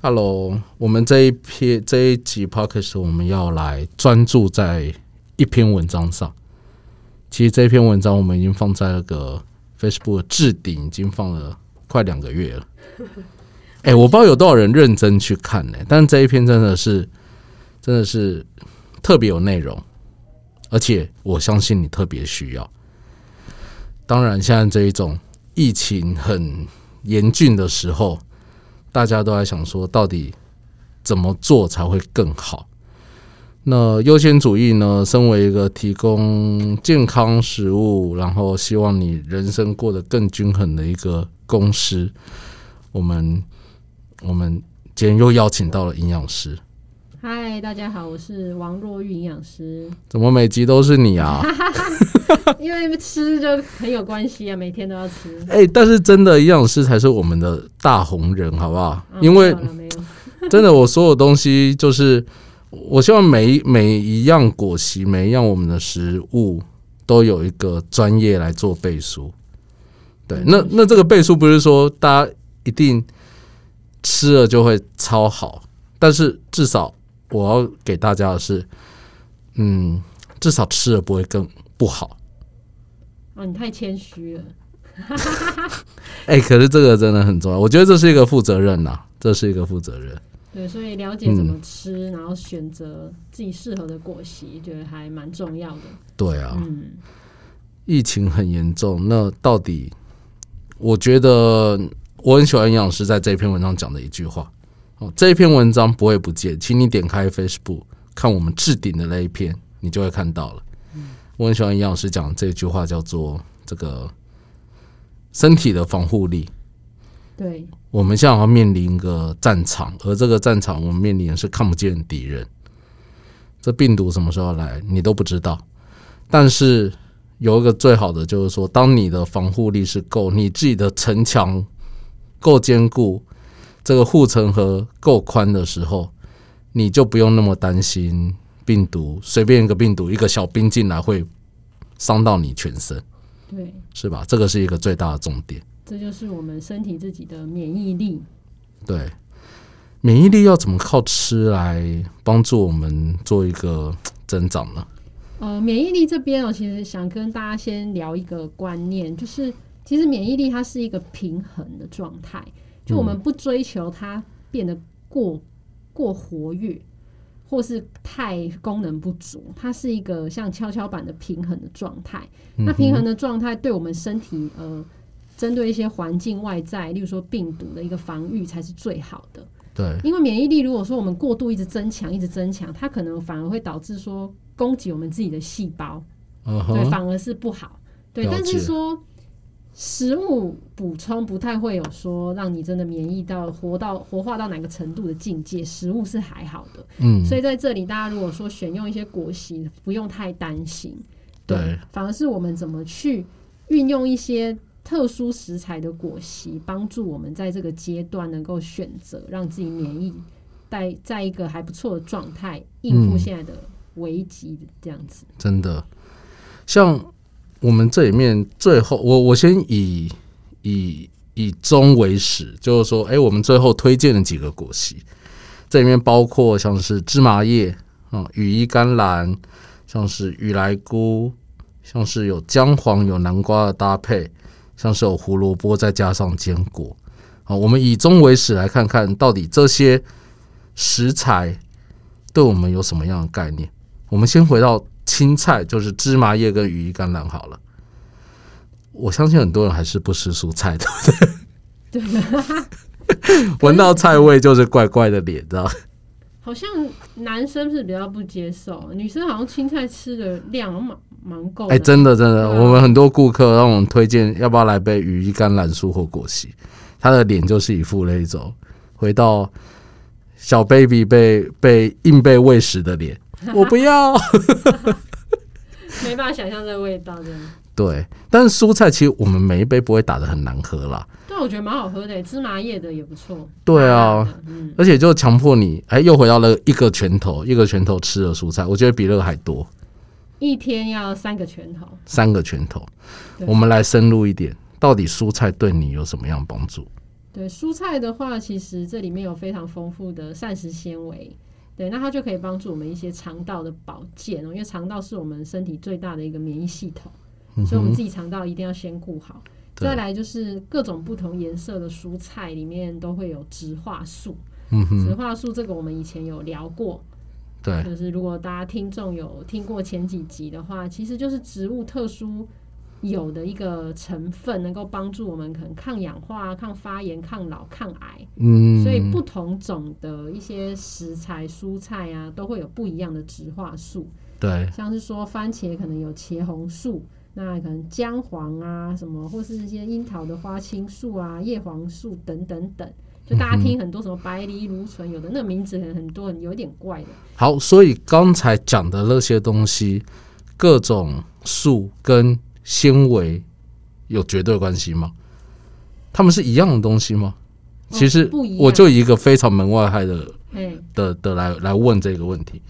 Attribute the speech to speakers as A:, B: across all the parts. A: Hello，我们这一篇这一集 p o c k e t 我们要来专注在一篇文章上。其实这篇文章我们已经放在那个 Facebook 的置顶，已经放了快两个月了。哎、我不知道有多少人认真去看呢、但这一篇真的是真的是特别有内容，而且我相信你特别需要。当然，现在这一种疫情很严峻的时候，大家都在想说，到底怎么做才会更好？那优先主义呢？身为一个提供健康食物，然后希望你人生过得更均衡的一个公司，我们我们今天又邀请到了营养师，
B: 嗨，大家好，我是王若玉营养师。
A: 怎么每集都是你啊？
B: 因为吃就很有关系啊，每天都要吃。
A: 哎、但是真的营养师才是我们的大红人，好不好？
B: 啊
A: 因为
B: 没有了没有，
A: 真的，我所有东西就是，我希望每一每一样果昔，每一样我们的食物，都有一个专业来做背书。对，那那这个背书不是说大家一定吃了就会超好，但是至少我要给大家的是，嗯，至少吃了不会更不好。
B: 哦，你太谦虚了。
A: 哎、可是这个真的很重要，我觉得这是一个负责任呐、啊这是一个负责任。
B: 对，所以了解怎么吃，
A: 嗯
B: 然后选择自己适合的果昔，觉得还蛮重要的。
A: 对啊，
B: 嗯，
A: 疫情很严重，那到底？我觉得我很喜欢营养师在这篇文章讲的一句话。哦，这篇文章不会不见，请你点开 Facebook 看我们置顶的那一篇，你就会看到了。我很喜欢营养师讲的这句话，叫做“这个身体的防护力”。
B: 对，
A: 我们现在好像面临一个战场，而这个战场我们面临的是看不见的敌人。这病毒什么时候来，你都不知道。但是有一个最好的就是说，当你的防护力是够，你自己的城墙够坚固，这个护城河够宽的时候，你就不用那么担心病毒。随便一个病毒，一个小兵进来会伤到你全身，
B: 对，
A: 是吧？这个是一个最大的重点。
B: 这就是我们身体自己的免疫力。
A: 对，免疫力要怎么靠吃来帮助我们做一个增长呢？
B: 呃，免疫力这边哦，其实想跟大家先聊一个观念，就是其实免疫力它是一个平衡的状态，就我们不追求它变得过过活跃，或是太功能不足，它是一个像跷跷板的平衡的状态。那平衡的状态对我们身体呃，针对一些环境外在，例如说病毒的一个防御才是最好的。
A: 对，
B: 因为免疫力，如果说我们过度一直增强，一直增强，它可能反而会导致说攻击我们自己的细胞，
A: 嗯
B: 对，
A: 哼，
B: 反而是不好。对，
A: 了解
B: 但是说食物补充不太会有说让你真的免疫到活到活化到哪个程度的境界，食物是还好的。
A: 嗯，
B: 所以在这里，大家如果说选用一些果昔，不用太担心。
A: 对，
B: 反而是我们怎么去运用一些特殊食材的果昔，帮助我们在这个阶段能够选择，让自己免疫在在一个还不错的状态，应
A: 嗯
B: 付现在的危机，这样子。
A: 真的，像我们这里面最后，我我先以以以终为始，就是说，哎、我们最后推荐了几个果昔，这里面包括像是芝麻叶啊、嗯羽衣甘蓝，像是雨来菇，像是有姜黄、有南瓜的搭配，像是有胡萝卜，再加上坚果。好，我们以终为始来看看到底这些食材对我们有什么样的概念。我们先回到青菜，就是芝麻叶跟羽衣甘蓝好了。我相信很多人还是不吃蔬 菜的，
B: 对，
A: 闻到菜味就是怪怪的脸，知道吗？
B: 好像男生是比较不接受，女生好像青菜吃的量好像蛮蛮够的。
A: 哎、真的真的，
B: 对啊
A: 我们很多顾客让我们推荐，要不要来杯羽衣甘蓝蔬或果昔？他的脸就是一副那一种回到小 baby 被被硬被喂食的脸，我不 要。
B: 没办法想象这个味道，真的。
A: 对，但是蔬菜其实我们每一杯不会打得很难喝啦，
B: 但啊我觉得蛮好喝的，芝麻叶的也不错。
A: 对啊
B: 辣辣的，嗯，
A: 而且就强迫你，哎，又回到了一个拳头，一个拳头吃的蔬菜，我觉得比那个还多，
B: 一天要三个拳头。
A: 三个拳头。
B: 对
A: 我们来深入一点，到底蔬菜对你有什么样的帮助？
B: 对，蔬菜的话，其实这里面有非常丰富的膳食纤维，对，那它就可以帮助我们一些肠道的保健哦，因为肠道是我们身体最大的一个免疫系统，
A: 嗯
B: 所以我们
A: 哼，
B: 自己肠道一定要先顾好。
A: 对
B: 再来就是各种不同颜色的蔬菜里面都会有植化素，
A: 嗯哼，
B: 植化素这个我们以前有聊过，
A: 对，
B: 就是如果大家听众有听过前几集的话，其实就是植物特殊有的一个成分，能够帮助我们可能抗氧化、抗发炎、抗老、抗癌。
A: 嗯，
B: 所以不同种的一些食材、蔬菜啊，都会有不一样的植化素，
A: 对，
B: 像是说番茄可能有茄红素。那可能姜黄啊，什么或是一些樱桃的花青素啊、叶黄素等等等，就
A: 嗯
B: 大家听很多什么白藜芦醇，有的那个名字可能很多很有点怪的，
A: 好，所以刚才讲的那些东西，各种素跟纤维有绝对关系吗？它们是一样的东西吗？
B: 哦
A: 其实
B: 不一样
A: 我就以一个非常门外汉的
B: 哎、
A: 的的来来问这个问题，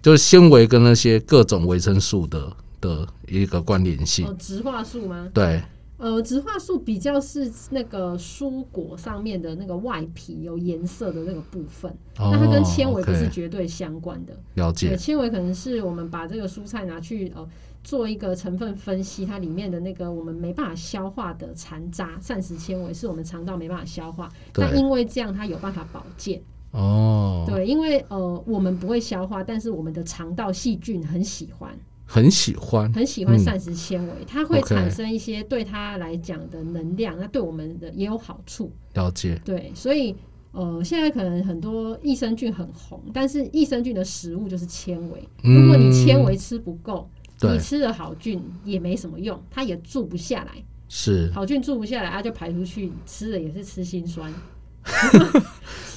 A: 就是纤维跟那些各种维生素的的一个关联性。
B: 哦，植化素吗？
A: 对，
B: 呃，植化素比较是那个蔬果上面的那个外皮有颜色的那个部分，
A: 哦
B: 那它跟纤维不是
A: OK，
B: 绝对相关的。
A: 了
B: 对，
A: 解，
B: 纤维可能是我们把这个蔬菜拿去呃做一个成分分析，它里面的那个我们没办法消化的残渣膳食纤维是我们肠道没办法消化，那
A: 对，
B: 因为这样它有办法保健。
A: 哦，
B: 对，因为呃我们不会消化，但是我们的肠道细菌很喜欢。
A: 很喜欢，
B: 很喜欢
A: 嗯
B: 膳食纤维，它会
A: OK
B: 产生一些对它来讲的能量，那对我们的也有好处。
A: 了解，
B: 对，所以呃，现在可能很多益生菌很红，但是益生菌的食物就是纤维，
A: 嗯
B: 如果你纤维吃不够，你
A: 对，
B: 吃了好菌也没什么用，它也住不下来，
A: 是。
B: 好菌住不下来，它就排出去，吃的也是吃心酸。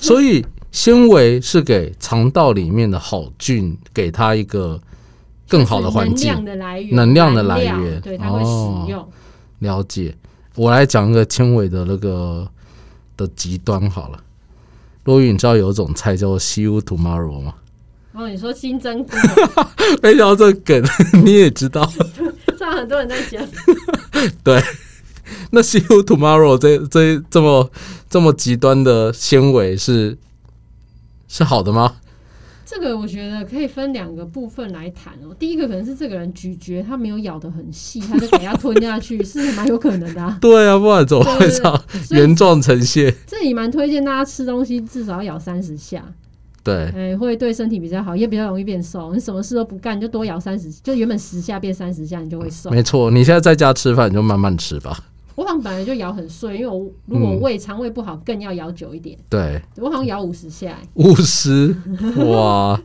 A: 所以纤维是给肠道里面的好菌，给它一个更好的环
B: 能
A: 境。
B: 量的来源，
A: 能量的来
B: 燃料
A: 源
B: 对，它会
A: 哦
B: 使用。
A: 了解，我来讲一个纤维的那个的极端好了。若雨，你知道有一种菜叫做 “see you tomorrow” 吗？
B: 然后哦你说新增菇，
A: 没想到这个梗 你也知 道。
B: 这样很多人在讲。
A: 那 “see you tomorrow” 这这这么这么极端的纤维是是好的吗？
B: 这个我觉得可以分两个部分来谈哦。第一个可能是这个人咀嚼他没有咬得很细，他就给它吞下去，是蛮有可能 的、啊。
A: 对啊，不然怎么
B: 对
A: 会
B: 对
A: 这样
B: 所以
A: 原状呈现？
B: 这里蛮推荐大家吃东西至少要咬三十下，
A: 对，
B: 哎，会对身体比较好，也比较容易变瘦。你什么事都不干，你就多咬三十，就原本十下变三十下，你就会瘦。
A: 没错。你现在在家吃饭，你就慢慢吃吧。
B: 我好像本来就咬很碎，因为我如果胃肠胃不好，更要咬久一点。
A: 对，
B: 哎我好像咬五十下，哎
A: 五十，哇，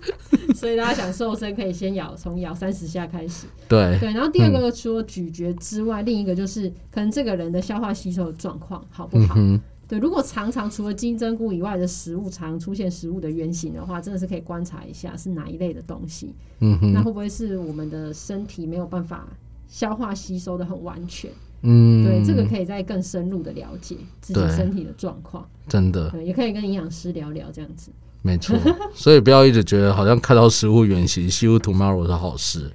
B: 所以大家想瘦身可以先咬，从咬三十下开始。
A: 对，
B: 对，然后第二
A: 嗯
B: 个除了咀嚼之外，另一个就是可能这个人的消化吸收的状况好不
A: 嗯
B: 好？
A: 哼，
B: 对，如果常常除了金针菇以外的食物常出现食物的原型的话，真的是可以观察一下是哪一类的东西，
A: 嗯
B: 那
A: 哼，
B: 会不会是我们的身体没有办法消化吸收的很完全？
A: 嗯，
B: 对，这个可以再更深入的了解自己
A: 对
B: 身体的状况，
A: 真的
B: 对，也可以跟营养师聊聊这样子。
A: 没错。所以不要一直觉得好像看到食物原型，see you tomorrow 是好事。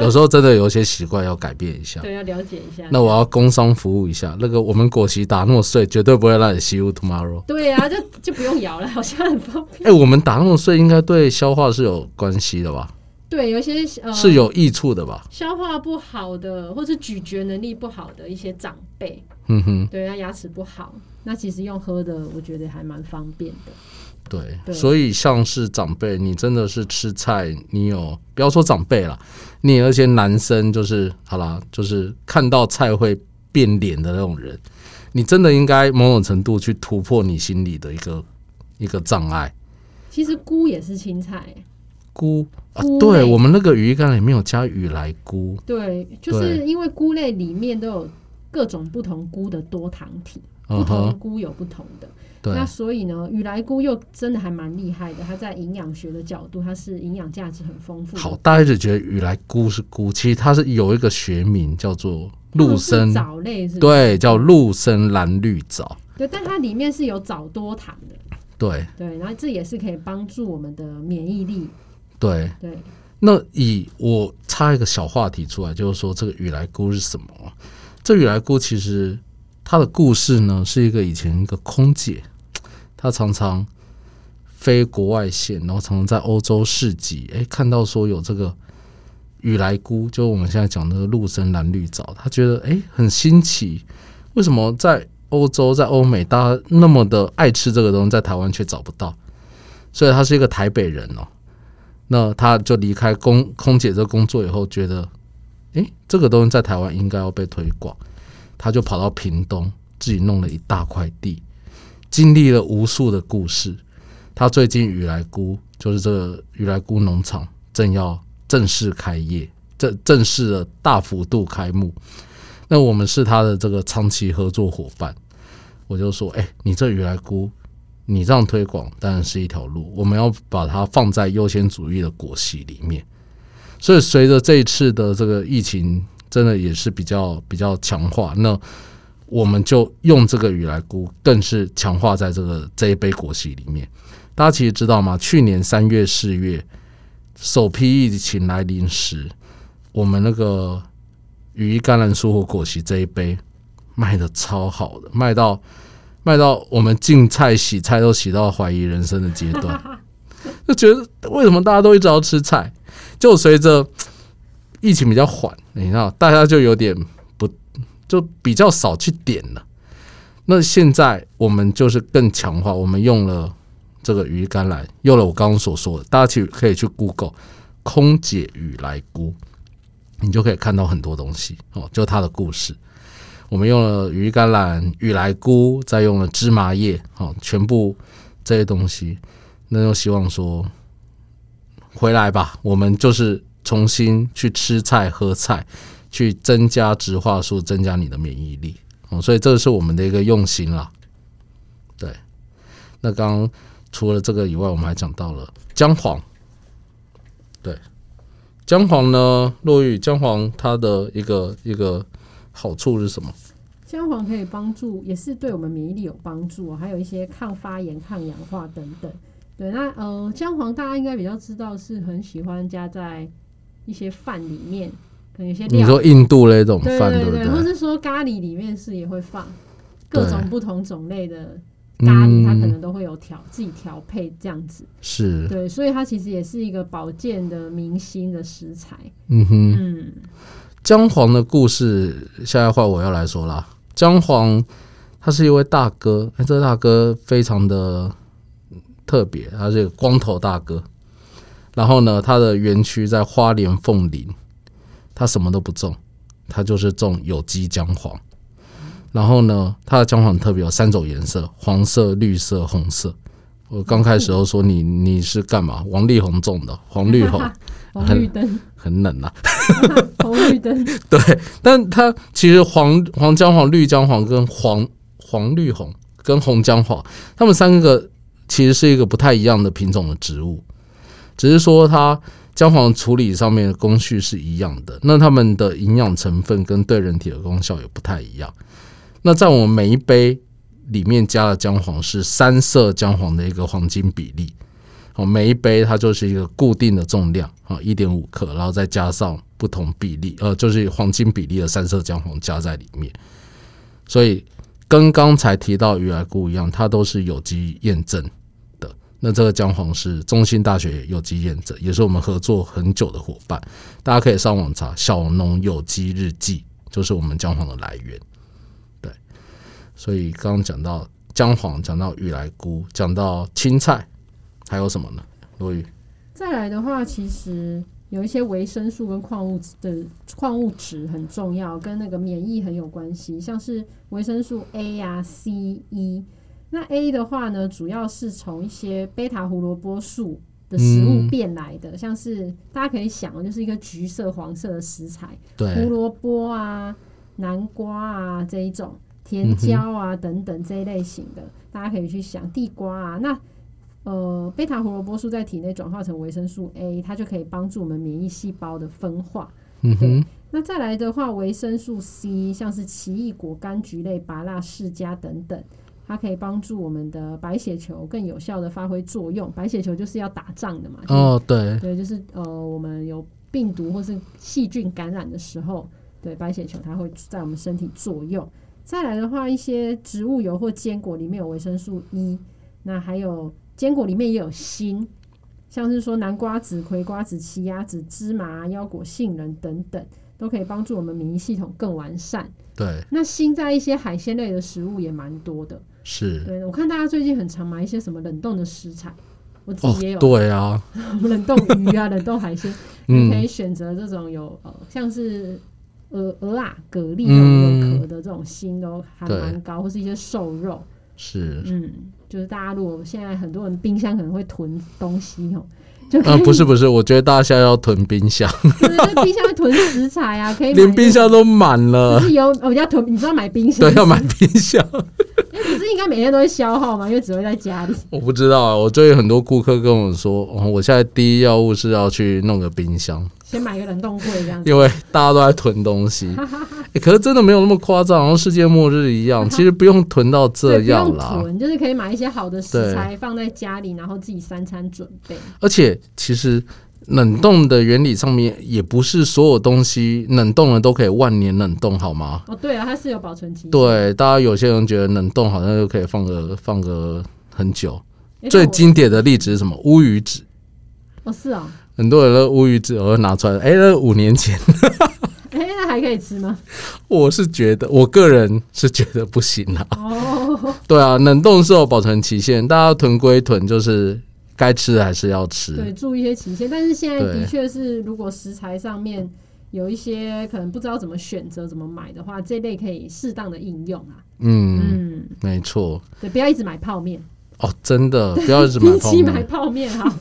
A: 有时候真的有一些习惯要改变一下。
B: 对，要了解一下。
A: 那我要工商服务一下，那个我们果昔打那么碎，绝对不会让你 see you tomorrow。
B: 对啊，就就不用咬了，好像很方便。
A: 哎、我们打那么碎，应该对消化是有关系的吧？
B: 对，有一些呃
A: 是有益处的吧？
B: 消化不好的，或是咀嚼能力不好的一些长辈，
A: 嗯哼，
B: 对，他牙齿不好，那其实用喝的，我觉得还蛮方便的。
A: 对，
B: 对
A: 所以像是长辈，你真的是吃菜，你有不要说长辈啦，你有一些男生就是好啦，就是看到菜会变脸的那种人，你真的应该某种程度去突破你心里的一个一个障碍。
B: 其实菇也是青菜，
A: 菇啊
B: 菇，类
A: 对我们那个鱼干里面有加雨来菇，
B: 对，就是因为菇类里面都有各种不同菇的多糖体，不
A: 嗯
B: 同
A: 哼，
B: 菇有不同的。
A: 对
B: 那所以呢，雨来菇又真的还蛮厉害的，它在营养学的角度，它是营养价值很丰富的。
A: 好，大家一直觉得雨来菇是菇，其实它是有一个学名叫做陆
B: 它们
A: 参
B: 是，藻类是不是
A: 对，叫陆参蓝绿藻，
B: 对，但它里面是有藻多糖的，
A: 对
B: 对，然后这也是可以帮助我们的免疫力，
A: 对。
B: 对。
A: 那以我插一个小话题出来，就是说这个雨来菇是什么啊？这雨来菇其实她的故事呢是一个以前一个空姐，她常常飞国外线，然后常常在欧洲市集，哎，看到说有这个雨来菇，就我们现在讲的陆生蓝绿藻，她觉得哎很新奇，为什么在欧洲在欧美大家那么的爱吃这个东西，在台湾却找不到？所以她是一个台北人哦。那她就离开空空姐这工作以后，觉得诶，这个东西在台湾应该要被推广，他就跑到屏东自己弄了一大块地，经历了无数的故事。他最近雨来菇就是这个雨来菇农场正要正式开业，正正式的大幅度开幕。那我们是他的这个长期合作伙伴，我就说，哎，你这雨来菇，你这样推广当然是一条路，我们要把它放在优先主义的果系里面。所以随着这一次的这个疫情，真的也是比较比较强化。那我们就用这个雨来估，更是强化在这个这一杯国席里面。大家其实知道吗？去年三月、四月，首批疫情来临时，我们那个羽衣甘蓝蔬果果昔这一杯卖的超好的，卖到卖到我们进菜洗菜都洗到怀疑人生的阶段， 就觉得呃为什么大家都一直要吃菜？就随着疫情比较缓，你知道，大家就有点不就比较少去点了。那现在我们就是更强化，我们用了这个鱼甘蓝，用了我刚刚所说的，大家去可以去 Google 空姐雨来菇，你就可以看到很多东西哦，就它的故事。我们用了鱼甘蓝、雨来菇，再用了芝麻叶，哦，全部这些东西，那就希望说回来吧，我们就是重新去吃菜、喝菜，去增加植化素，增加你的免疫力。哦，所以这是我们的一个用心啦。对，那刚刚除了这个以外，我们还讲到了姜黄。对，姜黄呢，落玉姜黄它的一个一个好处是什么？
B: 姜黄可以帮助，也是对我们免疫力有帮助、哦，还有一些抗发炎、抗氧化等等。对，那呃，姜黄大家应该比较知道，是很喜欢加在一些饭里面，可能有些
A: 你
B: 料，
A: 说印度那种
B: 对
A: 饭，
B: 对
A: 不
B: 或
A: 对？
B: 是说咖喱里面是也会放
A: 对
B: 各种不同种类的咖
A: 嗯
B: 喱，它可能都会有调自己调配这样子。
A: 是，
B: 对，所以它其实也是一个保健的明星的食材。
A: 嗯哼。
B: 嗯，
A: 姜黄的故事，下一话我要来说啦。姜黄他是一位大哥，哎，这个大哥非常的特别，他是一个光头大哥。然后呢，他的园区在花莲凤林，他什么都不种，他就是种有机姜黄。然后呢，他的姜黄特别有三种颜色：黄色、绿色、红色。我刚开始都说你你是干嘛？王力宏种的，黄绿 红
B: 红绿 灯，
A: 很冷啊。
B: 红绿灯，
A: 对，但它其实黄黄姜黄、绿姜黄跟黄黄绿红跟红姜黄，它们三个其实是一个不太一样的品种的植物，只是说它姜黄处理上面的工序是一样的，那它们的营养成分跟对人体的功效也不太一样。那在我们每一杯里面加了姜黄是三色姜黄的一个黄金比例。哦，每一杯它就是一个固定的重量啊，一点五克，然后再加上不同比例，呃，就是黄金比例的三色姜黄加在里面。所以跟刚才提到鱼来菇一样，它都是有机验证的。那这个姜黄是中兴大学有机验证，也是我们合作很久的伙伴。大家可以上网查“小农有机日记”，就是我们姜黄的来源。对，所以刚刚讲到姜黄，讲到玉来菇，讲到青菜。还有什么呢？罗宇，
B: 再来的话，其实有一些维生素跟矿物质的矿物质很重要，跟那个免疫很有关系，像是维生素 A 呀、C、E。那 A 的话呢，主要是从一些贝塔胡萝卜素的食
A: 嗯
B: 物变来的，像是大家可以想哦，就是一个橘色、黄色的食材，胡
A: 对，
B: 萝卜啊、南瓜啊这一种，甜椒啊等等这一类型的，大家可以去想地瓜啊。那呃，贝塔胡萝卜素在体内转化成维生素 A，它就可以帮助我们免疫细胞的分化。
A: 嗯哼，
B: 那再来的话，维生素 C，像是奇异果、柑橘类、芭乐、释迦等等，它可以帮助我们的白血球更有效的发挥作用。白血球就是要打仗的嘛，就是
A: 哦，对，
B: 对，就是呃，我们有病毒或是细菌感染的时候，对白血球它会在我们身体作用。再来的话，一些植物油或坚果里面有维生素 E，那还有坚果里面也有锌，像是说南瓜子、葵瓜子、奇亚籽、芝麻、腰果、杏仁等等，都可以帮助我们免疫系统更完善。
A: 对，
B: 那锌在一些海鲜类的食物也蛮多的。
A: 是
B: 对，我看大家最近很常买一些什么冷冻的食材，我自
A: 哦
B: 己也有、，
A: 对啊，
B: 冷冻鱼啊、冷冻海鲜，你可以
A: 嗯，
B: 选择这种有呃，像是鹅鹅啊、蛤蜊
A: 嗯
B: 这种有壳的这种锌都还蛮高，或是一些瘦肉，
A: 是，
B: 嗯，就是大家如果现在很多人冰箱可能会囤东西哦，就可
A: 呃，
B: 以、
A: 不是不是，我觉得大家要囤冰箱，
B: 对，就冰箱会囤食材啊，可以买
A: 连冰箱都满
B: 可
A: 了，
B: 是有，我要囤，你知道买冰箱哎
A: 对，啊要买冰箱。
B: 可是应该每天都会消耗嘛，因为只会在家里。
A: 我不知道啊，我最近很多顾客跟我说，哦，我现在第一要务是要去弄个冰箱，
B: 先买个冷冻柜这样子，
A: 因为大家都在囤东西。
B: 啊
A: 欸可是真的没有那么夸张，好像世界末日一样，其实不用囤到 这
B: 啊对，不
A: 样
B: 用
A: 啦。
B: 囤，就是可以买一些好的食材放在家里，然后自己三餐准备。
A: 而且其实冷冻的原理上面也不是所有东西冷冻了都可以万年冷冻，好吗？
B: 哦，对啊，它是有保存期限。
A: 对，大家有些人觉得冷冻好像就可以放个放个很久。
B: 诶
A: 最
B: 但哎我
A: 经典的例子是什么？乌鱼子，
B: 哦是哦，
A: 很多人的乌鱼子我会拿出来，哎、那五年前。
B: 哎、那还可以吃吗？
A: 我是觉得，我个人是觉得不行啦。
B: 哦，
A: 对啊，冷冻是有保存期限，大家囤归囤，就是该吃的还是要吃。
B: 对，注意一些期限。但是现在
A: 嗯对
B: 的确是，如果食材上面有一些可能不知道怎么选择、怎么买的话，这类可以适当的应用啊。
A: 嗯，
B: 嗯，
A: 没错。
B: 对，不要一直买泡面，
A: 哦，真的，不要一直买
B: 定
A: 泡
B: 期买
A: 面。
B: 泡面哈。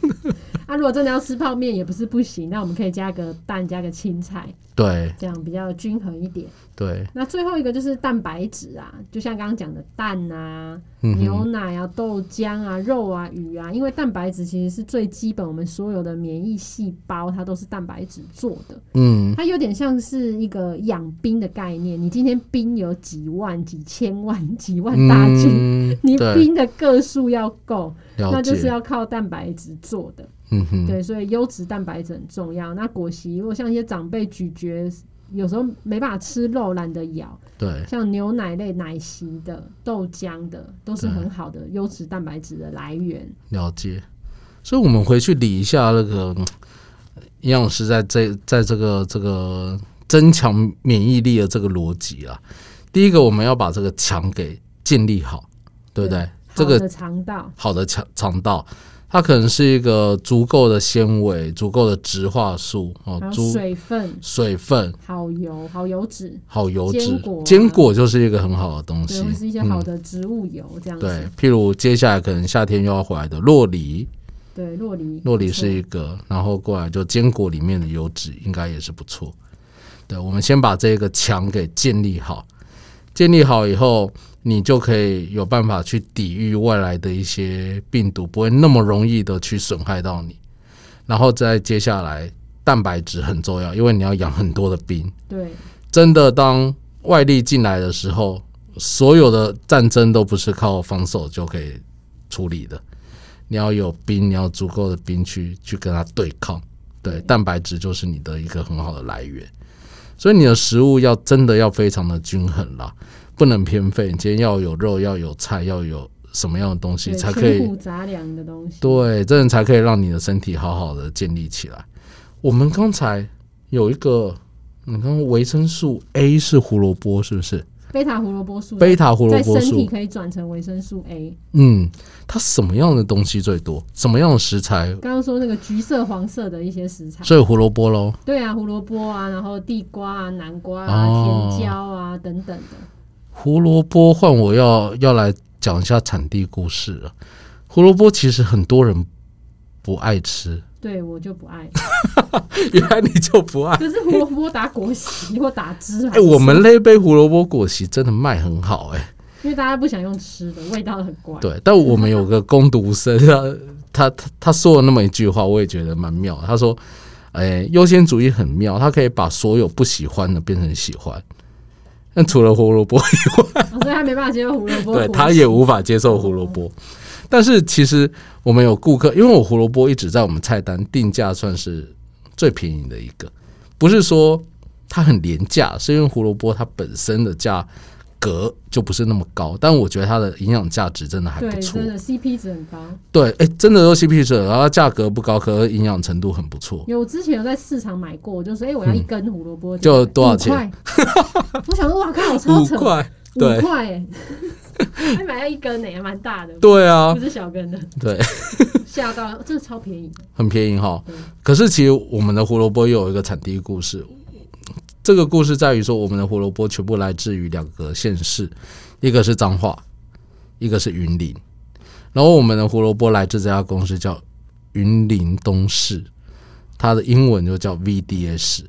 B: 啊，如果真的要吃泡面也不是不行，那我们可以加个蛋、加个青菜，
A: 对
B: 这样比较均衡一点。
A: 对，
B: 那最后一个就是蛋白质啊，就像刚刚讲的蛋啊、
A: 嗯
B: 牛
A: 哼，
B: 奶啊、豆浆啊、肉啊、鱼啊，因为蛋白质其实是最基本，我们所有的免疫细胞它都是蛋白质做的，
A: 嗯，
B: 它有点像是一个养兵的概念。你今天兵有几万、几千万、几万大军，
A: 嗯
B: 你
A: 对，
B: 兵的个数要够，那
A: 了
B: 就是
A: 解。
B: 要靠蛋白质做的。
A: 嗯哼，
B: 对，所以优质蛋白质很重要。那果昔，如果像一些长辈咀嚼，有时候没办法吃肉，懒得咬。
A: 对
B: 像牛奶类、奶昔的、豆浆的，都是
A: 嗯
B: 很好的优质蛋白质的来源。
A: 了解。所以，我们回去理一下那个嗯营养师在这在这个这个增强免疫力的这个逻辑啊。第一个，我们要把这个墙给建立好，对不对？这
B: 好
A: 个
B: 的肠道，
A: 好的肠肠道，它可能是一个足够的纤维、足够的植化素哦
B: 还，有
A: 足
B: 水分、
A: 水分、
B: 好油、好油脂，
A: 好油脂、
B: 坚果啊
A: 就是一个很好的东西嗯
B: 对，或。是一些好的植物油这样子。
A: 对，譬如接下来可能夏天又要回来的洛梨，
B: 对，洛梨，
A: 洛梨
B: 不错
A: 是一个，然后过来就坚果里面的油脂应该也是不错。对，我们先把这个墙给建立好，建立好以后，你就可以有办法去抵御外来的一些病毒，不会那么容易的去损害到你。然后再接下来，蛋白质很重要，因为你要养很多的兵。
B: 对
A: 真的，当外力进来的时候，所有的战争都不是靠防守就可以处理的。你要有兵，你要足够的兵去去跟它对抗。对，蛋白质就是你的一个很好的来源，所以你的食物要真的要非常的均衡啦，不能偏废。你今天要有肉，要有菜，要有什么样的东西
B: 对，
A: 才可以
B: 全谷杂粮的东西。
A: 对，这样才可以让你的身体好好的建立起来。我们刚才有一个，你刚刚维生素 A 是胡萝卜，是不是？
B: 贝塔胡萝卜素，
A: 贝塔胡萝
B: 在
A: 卜
B: 身
A: 素，
B: 体可以转成维生素 A。
A: 嗯，它什么样的东西最多？什么样的食材？
B: 刚刚说那个橘色、黄色的一些食材，
A: 所以胡萝卜喽，
B: 对啊，胡萝卜啊，然后地瓜啊、南瓜
A: 哦
B: 啊、甜椒啊等等的。
A: 胡萝卜换我要要来讲一下产地故事了。胡萝卜其实很多人不爱 吃，
B: 对我就不爱。
A: 原来你就不 爱。
B: 可是胡萝卜打果昔或打汁，
A: 哎、我们那杯胡萝卜果昔真的卖很好、哎。
B: 因为大家不想用吃的，味道很怪。
A: 对，但我们有个攻读生，他他他他说了那么一句话，我也觉得蛮妙的。他说：“哎、优先主义很妙，他可以把所有不喜欢的变成喜欢。但除了胡萝卜，
B: 哦所以他没办法接受胡萝卜。
A: 对
B: 果
A: 他
B: 昔
A: 也无法接受胡萝卜。但是其实我们有顾客，因为我胡萝卜一直在我们菜单定价算是最便宜的一个，不是说它很廉价，是因为胡萝卜它本身的价格就不是那么高，但我觉得它的营养价值真的还不
B: 对，
A: 错
B: 真。的 CP 值很高。
A: 对，哎，真的都 CP 值，然后价格不高，可是营养程度很不错。
B: 有我之前有在市场买过，我就说，哎、我要一根胡萝卜，
A: 嗯就多少钱
B: 五块？我想说，哇 靠，我超
A: 五
B: 扯，
A: 块，
B: 五
A: 对
B: 块哎，还买了一根呢、欸还蛮大的，
A: 对啊
B: 不，是小根的，
A: 对，
B: 吓到，真的超便宜。
A: 很便宜哈
B: 对。
A: 可是其实我们的胡萝卜又有一个产地故事，这个故事在于说，我们的胡萝卜全部来自于两个县市，一个是彰化，一个是云林。然后我们的胡萝卜来自这家公司叫云林东市，它的英文就叫 VDS。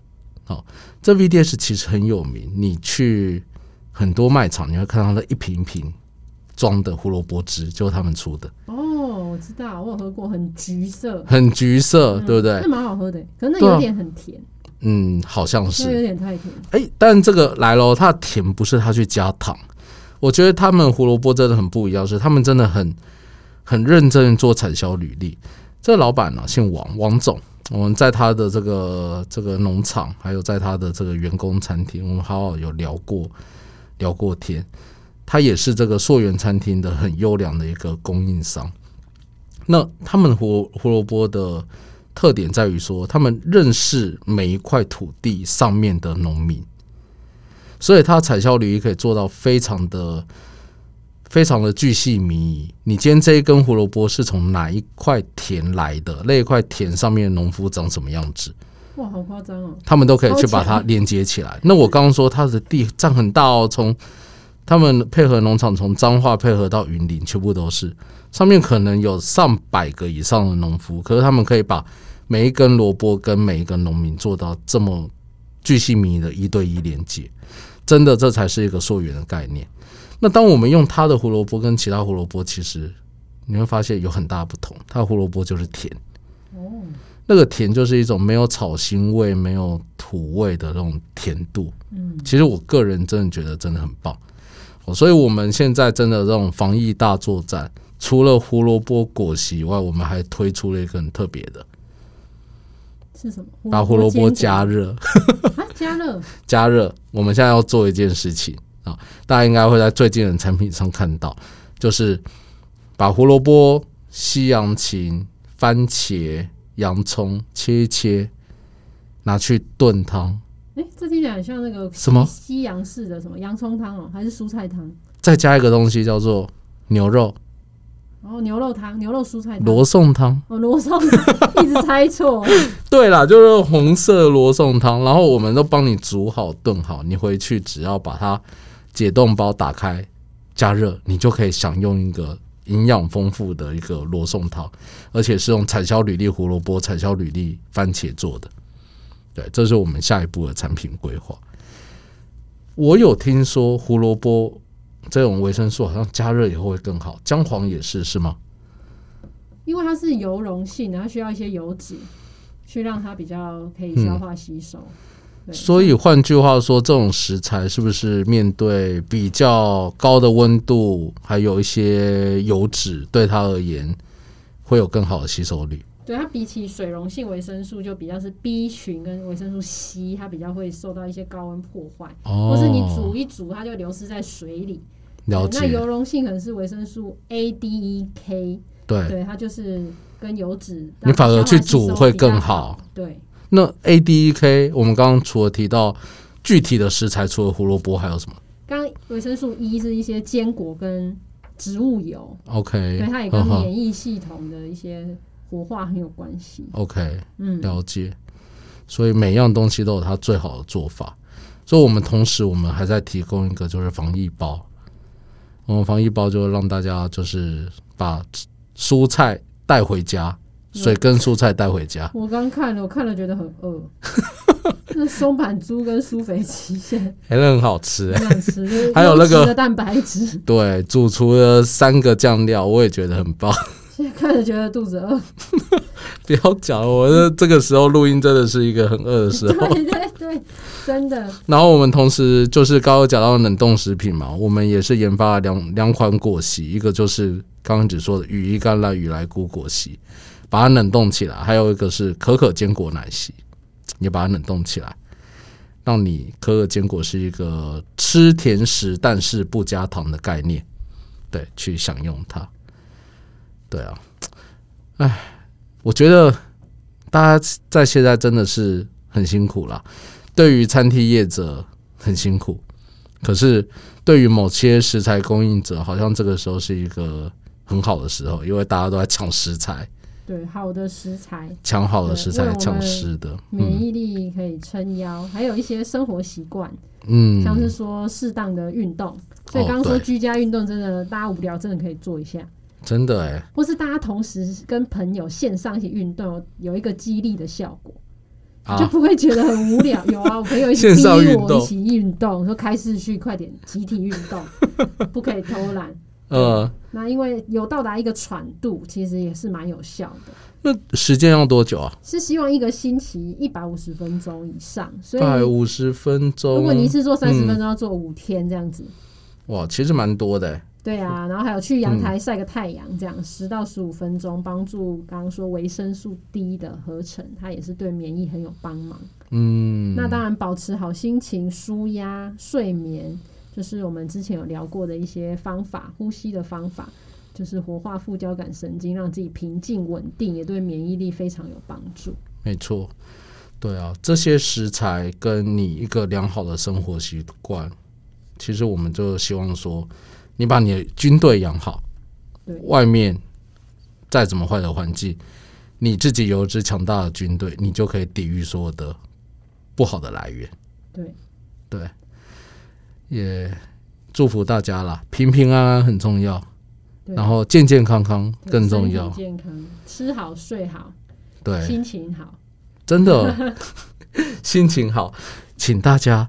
A: 哦，这 VDS 其实很有名，你去很多卖场你会看到那一瓶一瓶装的胡萝卜汁，就是他们出的，
B: 哦，我知道，我有喝过，很橘色，
A: 很橘色，对不对
B: 那？蛮好喝的，欸可是那
A: 对啊
B: 有点很甜，
A: 嗯，好像是
B: 那。有点太甜。
A: 哎，但这个来咯，它的甜不是它去加糖，我觉得他们胡萝卜真的很不一样，是他们真的很很认真地做产销履历。这个老板呢、姓王，王总，我们在他的这个这个农场，还有在他的这个员工餐厅，我们好好有聊过聊过天。他也是这个溯源餐厅的很优良的一个供应商。那他们胡胡萝卜的特点在于说，他们认识每一块土地上面的农民，所以它产销履历可以做到非常的、非常的巨细靡遗。你今天这一根胡萝卜是从哪一块田来的？那一块田上面的农夫长什么样子？
B: 哇，好夸张哦！
A: 他们都可以去把
B: 超
A: 它
B: 强
A: 连接起来。那我刚刚说它的地占很大哦，从他们配合农场从彰化配合到云林，全部都是上面可能有上百个以上的农夫，可是他们可以把每一根萝卜跟每一个农民做到这么巨细靡遗的一对一连接，真的这才是一个溯源的概念。那当我们用它的胡萝卜跟其他胡萝卜，其实你会发现有很大不同。它的胡萝卜就是甜，
B: 哦，
A: 那个甜就是一种没有草腥味、没有土味的那种甜度。
B: 嗯，
A: 其实我个人真的觉得真的很棒。哦所以我们现在真的这种防疫大作战，除了胡萝卜果昔以外，我们还推出了一个很特别的，
B: 是什么？
A: 把胡萝卜
B: 煎
A: 加热。
B: 啊，加热
A: 加热，我们现在要做一件事情啊，大家应该会在最近的产品上看到，就是把胡萝卜、西洋芹、番茄、洋葱切一切，拿去炖汤，
B: 哎、这听起来很像那个
A: 什么
B: 西洋式的什么洋葱汤哦，还是蔬菜汤？
A: 再加一个东西叫做牛肉
B: 然哦后牛肉汤、牛肉蔬菜汤。
A: 罗宋汤。
B: 哦，罗宋汤 一直猜错，
A: 对啦，就是红色罗宋汤，然后我们都帮你煮好炖好，你回去只要把它解冻包打开加热，你就可以享用一个营养丰富的一个罗宋汤，而且是用产销履历胡萝卜、产销履历番茄做的。对，这是我们下一步的产品规划。我有听说胡萝卜这种维生素好像加热以后会更好，姜黄也是是吗？
B: 因为它是油溶性的，它需要一些油脂去让它比较可以消化吸收。对，
A: 所以换句话说，这种食材是不是面对比较高的温度，还有一些油脂，对它而言会有更好的吸收率？
B: 对它比起水溶性维生素，就比较是 B 群跟维生素 C，它比较会受到一些高温破坏，
A: 哦，
B: 或是你煮一煮，它就流失在水里。
A: 了
B: 对那
A: 解，
B: 油溶性可能是维生素 A、D、E、K，
A: 对。
B: 对，它就是跟油脂。
A: 你反而去煮会更好
B: 好。对，
A: 那 A D E K，我们刚刚除了提到具体的食材，除了胡萝卜还有什么
B: 刚刚维生素 E 是一些坚果跟植物油，
A: ？OK，
B: 对，它也跟免疫系统的一些活化很有关系。
A: OK，
B: 嗯，
A: 了解。所以每样东西都有它最好的做法。所以我们同时我们还在提供一个就是防疫包，我们防疫包就让大家就是把蔬菜带回家，水跟蔬菜带回家。
B: 我刚看了，我看了觉得很 饿。那松板猪跟苏肥鸡现在
A: 哎、那很好吃、哎。
B: 很想 吃，就是
A: 还有那个
B: 优质的蛋白质，
A: 对，主厨的三个酱料我也觉得很棒。
B: 现在看了觉得肚子饿。
A: 不要讲了，我这这个时候录音真的是一个很饿的时候。
B: 对对对，真的
A: 然后我们同时就是刚刚讲到冷冻食品嘛，我们也是研发了两两款果昔，一个就是刚刚只说的羽衣甘蓝、羽来菇果昔，把它冷冻起来；还有一个是可可坚果奶昔，也把它冷冻起来。让你可可坚果是一个吃甜食但是不加糖的概念，对，去享用它。对啊，哎，我觉得大家在现在真的是很辛苦啦，对于餐厅业者很辛苦，可是对于某些食材供应者，好像这个时候是一个很好的时候，因为大家都在抢食材，
B: 对，好的食材、
A: 抢好的
B: 对
A: 食
B: 为
A: 材，
B: 我
A: 抢
B: 们
A: 湿的，
B: 免疫力可以撑腰，还有一些生活习惯，
A: 嗯，
B: 像是说适当的运动。所以
A: 哦
B: 刚刚说
A: 对
B: 居家运动，真的大家无聊真的可以做一下，
A: 真的哎、
B: 或是大家同时跟朋友线上一起运动，有一个激励的效果。就
A: 啊，
B: 不会觉得很无 聊。有啊，我朋友一起
A: 线
B: 逼
A: 上运
B: 我
A: 动
B: 一起运动，说开视讯，快点集体运 动，不可以偷懒。
A: 呃，
B: 那因为有到达一个喘度，其实也是蛮有效的，
A: 那时间要多久啊？
B: 是希望一个星期一百五十分钟以上。所
A: 大概
B: 以
A: 五十分钟。
B: 如果你一次做三
A: 嗯
B: 十分钟，要做五天这样子。
A: 哇，其实蛮多的欸、
B: 对啊，然后还有去阳
A: 嗯
B: 台晒个太阳，这样十到十五分钟，帮助刚刚说维生素 D 的合成，它也是对免疫很有帮忙。
A: 嗯，
B: 那当然，保持好心情、舒压、睡眠，就是我们之前有聊过的一些方法，呼吸的方法，就是活化副交感神经，让自己平静稳定，也对免疫力非常有帮助。
A: 没错，对啊，这些食材跟你一个良好的生活习惯，其实我们就希望说，你把你的军队养好
B: 对，
A: 外面再怎么坏的环境，你自己有一支强大的军队，你就可以抵御所有的不好的来源。
B: 对，
A: 对，也祝福大家啦，平平安安很重要，
B: 对
A: 然后健健康康更重要
B: 身体。健康，吃好睡好，
A: 对，
B: 心情好。
A: 真的 心情好，请大家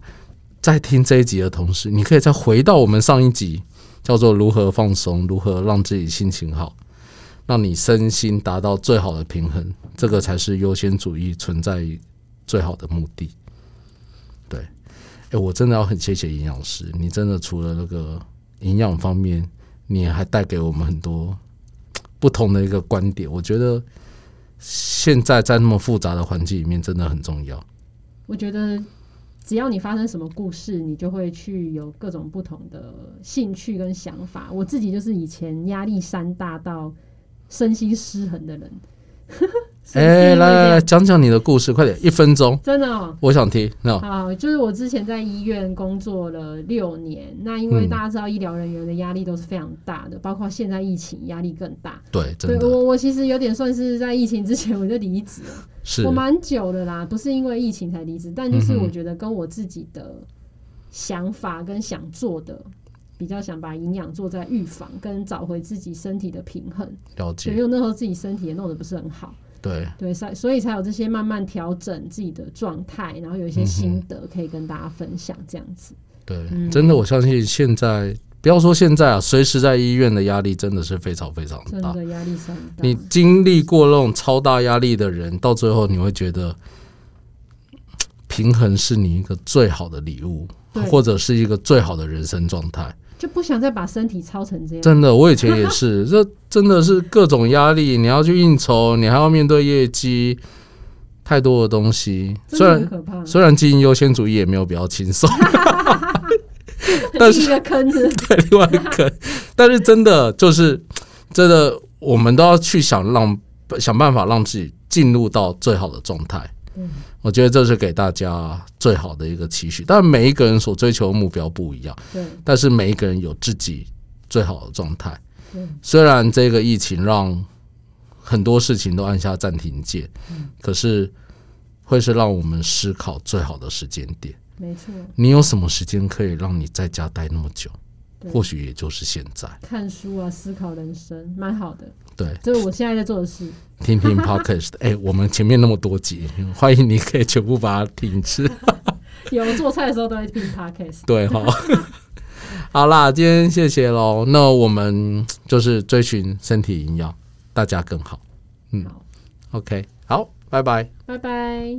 A: 在听这一集的同时，你可以再回到我们上一集，叫做“如何放松，如何让自己心情好，让你身心达到最好的平衡”，这个才是优先主义存在最好的目的。对，哎，我真的要很谢谢营养师，你真的除了那个营养方面，你还带给我们很多不同的一个观点，我觉得。现在在那么复杂的环境里面，真的很重要。
B: 我觉得只要你发生什么故事，你就会去有各种不同的兴趣跟想法。我自己就是以前压力山大到身心失衡的人。是不是
A: 哎、
B: 因为
A: 来
B: 这
A: 来
B: 样
A: 来，讲讲你的故事，快点，一分钟，
B: 真的哦。
A: 我想听。那、
B: 好，就是我之前在医院工作了六年，那因
A: 嗯
B: 为大家知道医疗人员的压力都是非常大的，包括现在疫情压力更大。
A: 对，真
B: 对
A: 的
B: 我，我其实有点算是在疫情之前我就离职了，
A: 是
B: 我蛮久了啦，不是因为疫情才离职，但就是
A: 嗯哼
B: 我觉得跟我自己的想法跟想做的，比较想把营养做在预防跟找回自己身体的平衡，
A: 了
B: 因
A: 解，
B: 为我那时候自己身体也弄得不是很好。
A: 对，
B: 对，所以所以才有这些慢慢调整自己的状态，然后有一些心得可以跟大家分享，这样子。
A: 对，
B: 嗯
A: 真的，我相信现在，不要说现在啊，随时在医院的压力真的是非常非常
B: 真
A: 大。
B: 的压力山大
A: 你，经历过那种超大压力的人，到最后你会觉得，平衡是你一个最好的礼物，
B: 对
A: 或者是一个最好的人生状态。
B: 就不想再把身体操成这样。
A: 真的，我以前也是， 这真的是各种压力，你要去应酬，你还要面对业绩，太多的东西。
B: 真
A: 虽
B: 的很
A: 然
B: 可怕，
A: 虽然经营优先主义也没有比较轻 松，但是
B: 一个坑子，
A: 对另外一个，但是真的就是真的，我们都要去想让想办法让自己进入到最好的状态。
B: 嗯
A: 我觉得这是给大家最好的一个期许，但每一个人所追求的目标不一样。
B: 对
A: 但是每一个人有自己最好的状态
B: 对。
A: 虽然这个疫情让很多事情都按下暂停键，可是会是让我们思考最好的时间点。
B: 没错，
A: 你有什么时间可以让你在家待那么久？
B: 对
A: 或许也就是现在。
B: 看书啊，思考人生，蛮好的。
A: 对，
B: 这是我现在在做的事。
A: 听听 podcast，哎、 我们前面那么多集，欢迎你可以全部把它听吃。
B: 有做菜的时候都会听 podcast。
A: 对哈。 好啦，今天谢谢喽。那我们就是追寻身体营养，大家更好。嗯
B: 好，
A: OK，好，拜拜。
B: 拜拜。